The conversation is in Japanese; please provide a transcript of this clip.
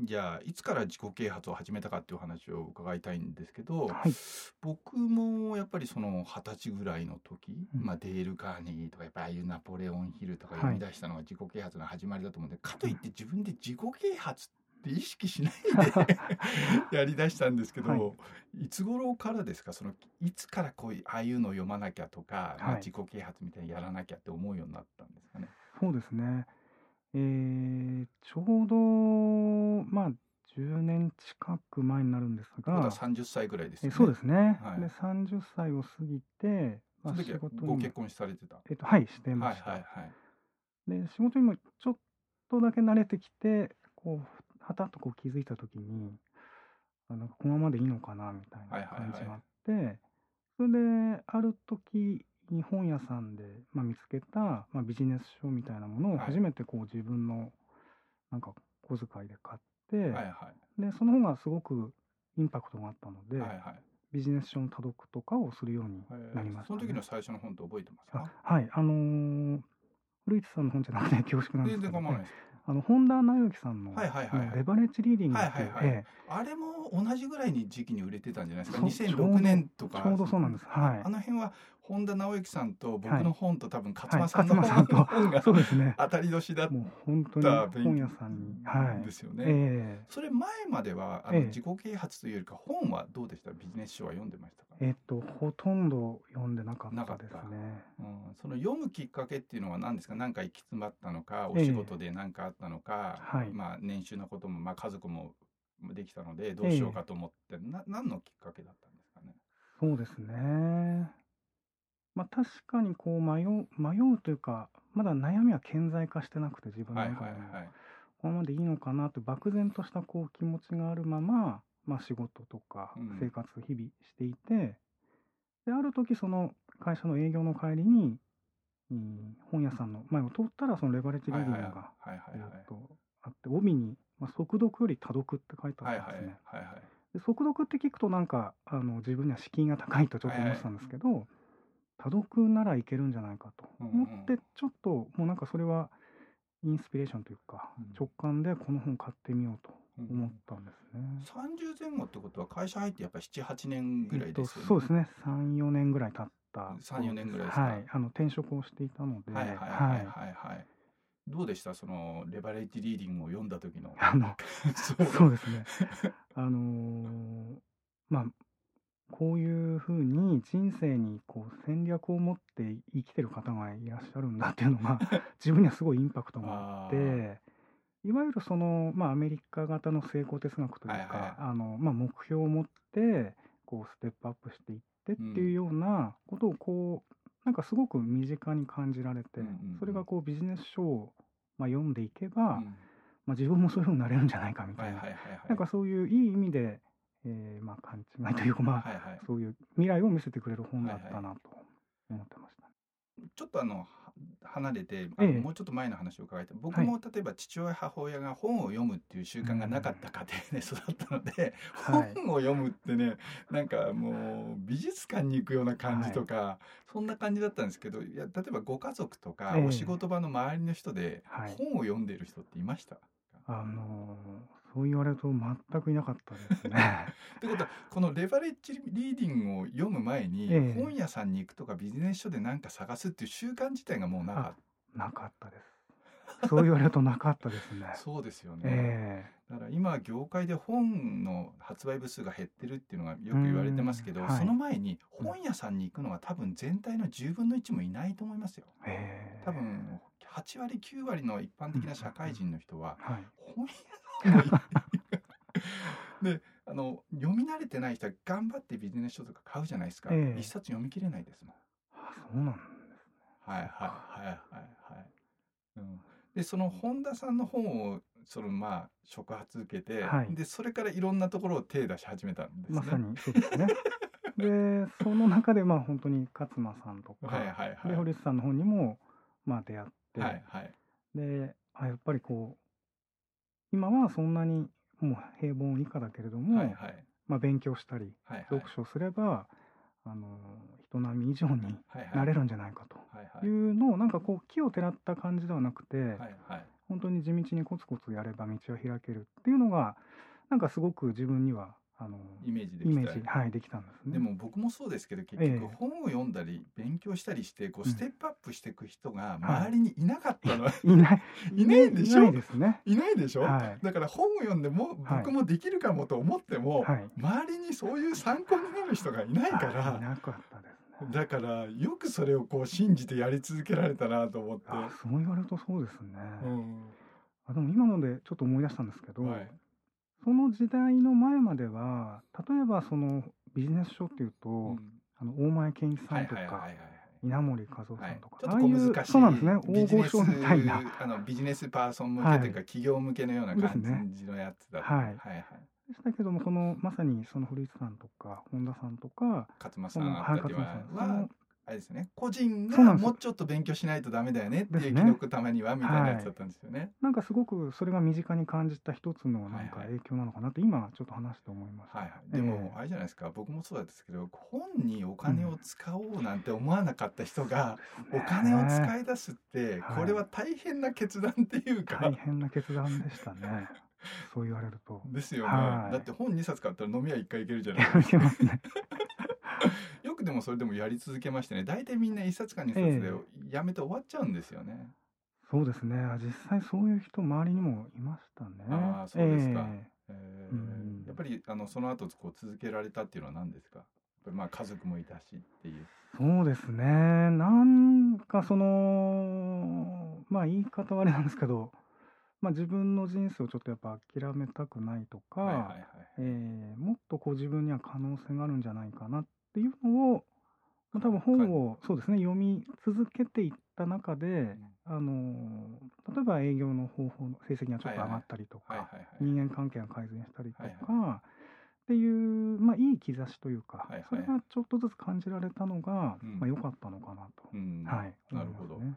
じゃあいつから自己啓発を始めたかっていうお話を伺いたいんですけど、はい僕もやっぱりその二十歳ぐらいの時、うんまあ、デール・カーネギーとかやっぱりああいうナポレオン・ヒルとかはい読み出したのが自己啓発の始まりだと思うんで、かといって自分で自己啓発って意識しないで やりだしたんですけど、、はいつ頃からですかそのいつからこういうああいうのを読まなきゃとか、まあはい自己啓発みたいにやらなきゃって思うようになったんですかね。そうですね。えーちょうど、まあ、10年近く前になるんですまだが、 30歳ぐらいですえよね。ーそうですね、はいで30歳を過ぎて、そまあ、の仕時は事ごに結も、婚されてた。えーとはい、してはまいした、はいはい。で仕事にもちょっとだけ慣れてきてこうはたっとこう気づいた時にあなんかこのままでいいのかなみたいはいなはいはい感じがあって、それである時に本屋さんで、まあ、見つけた、まあ、ビジネス書みたいなものをはい初めてこう自分のなんか小遣いで買って、はいはでその本がすごくインパクトがあったのい。で、はいはい。ビジネス書の多読とかをするようになりました、そのね時の最初の本って覚えてますあか。はいあのー古市さんの本じゃなくて恐縮なんです全け然ど、構わないです。あの本田直之さんのはいはいはいはいあのレバレッジリーディング」っていうはいはいはいえあれも同じぐらいに時期に売れてたんじゃないですか。そう2006年とえか。ちょうどそうなんです。あはの辺は本田直之さんと僕はいの本と多分勝間さんのはい勝間さんと本い。がそうですね。当たり年だっもう本当にた本屋さんに。はでい。すよえね。えそれ前まではあえのえ自己啓発というよりか本はどうでしたビジネス書は読んでましたか、えっとほとんど読んでなかなっかたったですね。うん、その読むきっかけっていうのは何ですか何か行き詰まったのかおええ仕事で何かあったのか、はいまあ、年収のことも、まあ、家族もできたのでどうしようかと思って、な何のきっかけだったんですかねそうですね。まあ確かにこう迷う迷うというかまだ悩みは顕在化してなくて自分のはい中はいでも、はいこのままでいいのかなと漠然としたこう気持ちがあるまま、まあ、仕事とかうん生活日々していて、である時その会社の営業の帰りに、うん本屋さんの前を通ったらそのレバレッジリーはいディンはいグはいがはいえーっとあって帯に、まあ、速読より多読って書いてあはいはいはいはいったんですね。はいはいで速読って聞くとなんかあの自分には敷居が高いとちょっと思ってたんですけど、多読ならいけるんじゃないかとうんうん思ってちょっともうなんかそれはインスピレーションというか、うん直感でこの本買ってみようとうん思ったんですね。 30前後ってことは会社入ってやっぱ78年ぐらいですよね、えっとそうですね34年ぐらい経った34年ぐらいですかはいあの転職をしていたのではいはいはいはいはいはい、どうでしたそのレバレッジリーディングを読んだ時のあのそう そうですねあのーまあこういうふうに人生にこう戦略を持って生きてる方がいらっしゃるんだっていうの が自分にはすごいインパクトがあってあーいわゆるその、まあ、アメリカ型の成功哲学というか、はいはいあのまあ、目標を持ってこうステップアップしていってっていうようなことをこう、なんかすごく身近に感じられて、うんうんうんそれがこうビジネス書を、まあ、読んでいけば、うんまあ、自分もそういうふうになれるんじゃないかみたはいいはいなはいはいなんかそういういい意味で、えーまあ、勘違いというか、まあはいはいそういう未来を見せてくれる本だったなと思ってましたね。ちょっとあのは離れてあの、ええもうちょっと前の話を伺いたい僕も例えば父親母親が本を読むっていう習慣がなかった家庭で育ったので、 はい本を読むってねなんかもう美術館に行くような感じとか、そんな感じだったんですけどいや例えばご家族とか、ええお仕事場の周りの人ではい本を読んでいる人っていました、あのーそう言われると全くいなかったで すね。ってことはこのレバレッジリーディングを読む前に、ええ本屋さんに行くとかビジネス書で何か探すっていう習慣自体がもうなかっなかったです。そう言われるとなかったですねた。 そうですよね。えだから今業界で本の発売部数が減ってるっていうのがよく言われてますけど、うんはいその前に本屋さんに行くのは多分全体の10分の1もいないと思いますよ。えええ多分8割9割の一般的な社会人の人ははい。本屋さんに行くであの読み慣れてない人は頑張ってビジネス書とか買うじゃないですか、ええ一冊読み切れないですもん。あそうなんだ。はいはいはいはいはい。うん、でその本田さんの本をそのまあ触発受けて、はいでそれからいろんなところを手出し始めたんですね。まさにそ うですね。でその中でまあ本当に勝間さんとか、はいはいはい。で堀内さんの方にもまあ出会って、はいはい。であやっぱりこう今はそんなにもう平凡以下だけれども、はいはい。まあ、勉強したりはいはい。読書をすれば、あの人並み以上にはいはい。なれるんじゃないかはいはといい。うのをなんかこう木をてらった感じではなくて、はいはい。本当に地道にコツコツやれば道は開けるっていうのがなんかすごく自分にはあのイメージでイきメたージ、はい、できたんですね。でも僕もそうですけど結え局え本を読んだり勉強したりしてこううんステップアップしていく人がはい周りにいなかった の、いないいないでしょいないですね。い、ないでしょ、はだから本を読んでもはい僕もできるかもと思ってい。も、はい。周りにそういう参考になる人がいないかあいらなかったですね。だからよくそれをこう信じてやり続けられたなと思って。あそう言われるとそうですね。うんあでも今のでちょっと思い出したんですけど、はいその時代の前までは例えばそのビジネス書っていうと、うんあの大前健一さはいんとはいはいかはい稲盛和夫さはいんとか、ちょっと小難しいああいうそうなんですねビ大ジネ御ス所みたいなあのビジネスパーソン向けというか、は企業向けのような感じのやつだった、はいはいはいでしたけどもこのまさにその古市さんとか本田さんとか勝間さそのんあはいたり勝間さはんはあれですね個人そうながんですもうちょっと勉強しないとダメだよねってでいすうね気のくためにはみたいなやつだったんですよね。なんかすごくそれが身近に感じた一つのなんかはいはい影響なのかなって今ちょっと話して思いました。はいはい、でも、ええあれじゃないですか僕もそうだったんですけど本にお金を使おうなんて思わなかった人がお金をね使い出すってはいこれは大変な決断っていうか、 大変な決断でした ね。そう言われると。 ですよね、はいだって本2冊買ったら飲み屋1回行けるじゃない やめてますね。よくでもそれでもやり続けましてね大体みんな1冊か2冊でえやめて終わっちゃうんですよね。そうですね。あ実際そういう人周りにもいましたね。あーそうですかええーうんやっぱりあのその後こう続けられたっていうのは何ですかやっぱりまあ家族もいたしっていう。えそうですね。なんかそのまあ言い方はあれなんですけど、まあ自分の人生をちょっとやっぱ諦めたくないとか、はいはいはいえーもっとこう自分には可能性があるんじゃないかなっていうのを、まあ、多分本をそうですね読み続けていった中で、あのー例えば営業の方法の成績がちょっと上がったりとはいはかいはい人間関係が改善したりとか、はいっていう、まあ、いい兆しというはか、いはいそれがちょっとずつ感じられたのが、うんまあ、良かったのかなと、うんはいなるほど思いますね